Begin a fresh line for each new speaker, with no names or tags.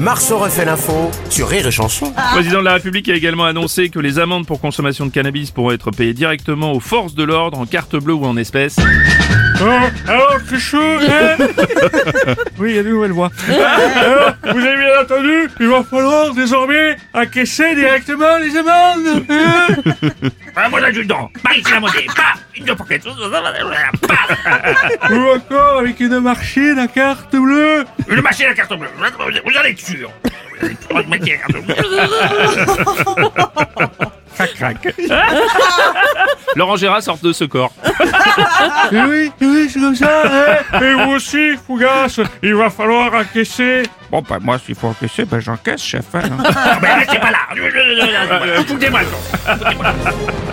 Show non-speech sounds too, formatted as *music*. Marceau refait l'info sur Rire et Chanson.
Le président de la République a également annoncé que les amendes pour consommation de cannabis pourront être payées directement aux forces de l'ordre en carte bleue ou en espèces.
Alors, Oh, alors, c'est chaud, hein
*laughs*
Oui, il y a de nouvelles voix. Ah, Alors, vous avez bien entendu, il va falloir désormais encaisser directement les amendes. hein
Ah, mon adjudant, Paris la monnaie, paf, une deux pocket, paf,
Ou encore avec une machine à carte bleue.
une machine à carte bleue, vous en êtes sûr Vous en êtes sûr, une machine à carte bleue.
Laurent Gérard sort de ce corps.
Et oui, eh oui, c'est comme ça. hein Et vous aussi, Fougas, il va falloir encaisser. Bon, bah moi, s'il faut encaisser, ben j'encaisse, chef. hein.
Ah, ben, restez pas là, foutez-moi le temps.